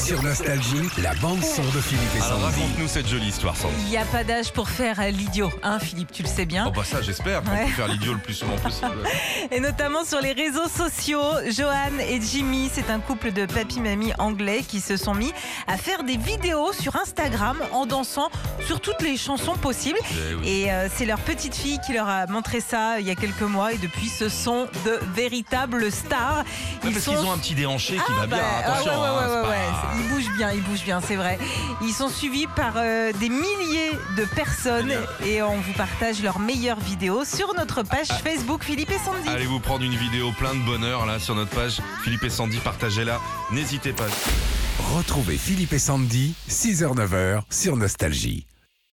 Sur Nostalgie, la bande-son de Philippe et Alors Sandy. raconte-nous cette jolie histoire, Sandy. Il n'y a pas d'âge pour faire euh, l'idiot, hein Philippe, tu le sais bien. Oh bah ça j'espère qu'on Ouais. peut faire l'idiot le plus souvent possible. Et notamment sur les réseaux sociaux, Johan et Jimmy, c'est un couple de papy-mamie anglais qui se sont mis à faire des vidéos sur Instagram en dansant sur toutes les chansons possibles. Eh oui. Et euh, c'est leur petite fille qui leur a montré ça il y a quelques mois et depuis ce sont de véritables stars. Ouais, Ah, parce qu'ils ont un petit déhanché qui va bien, bah, ah attention. ouais, ouais, hein, ouais, c'est ouais, pas- ouais. Ils bougent bien, ils bougent bien, c'est vrai. Ils sont suivis par euh, des milliers de personnes et on vous partage leurs meilleures vidéos sur notre page Ah. Facebook Philippe et Sandy. Allez vous prendre une vidéo plein de bonheur là sur notre page. Philippe et Sandy, partagez-la. N'hésitez pas. Retrouvez Philippe et Sandy, 6h-9h sur Nostalgie.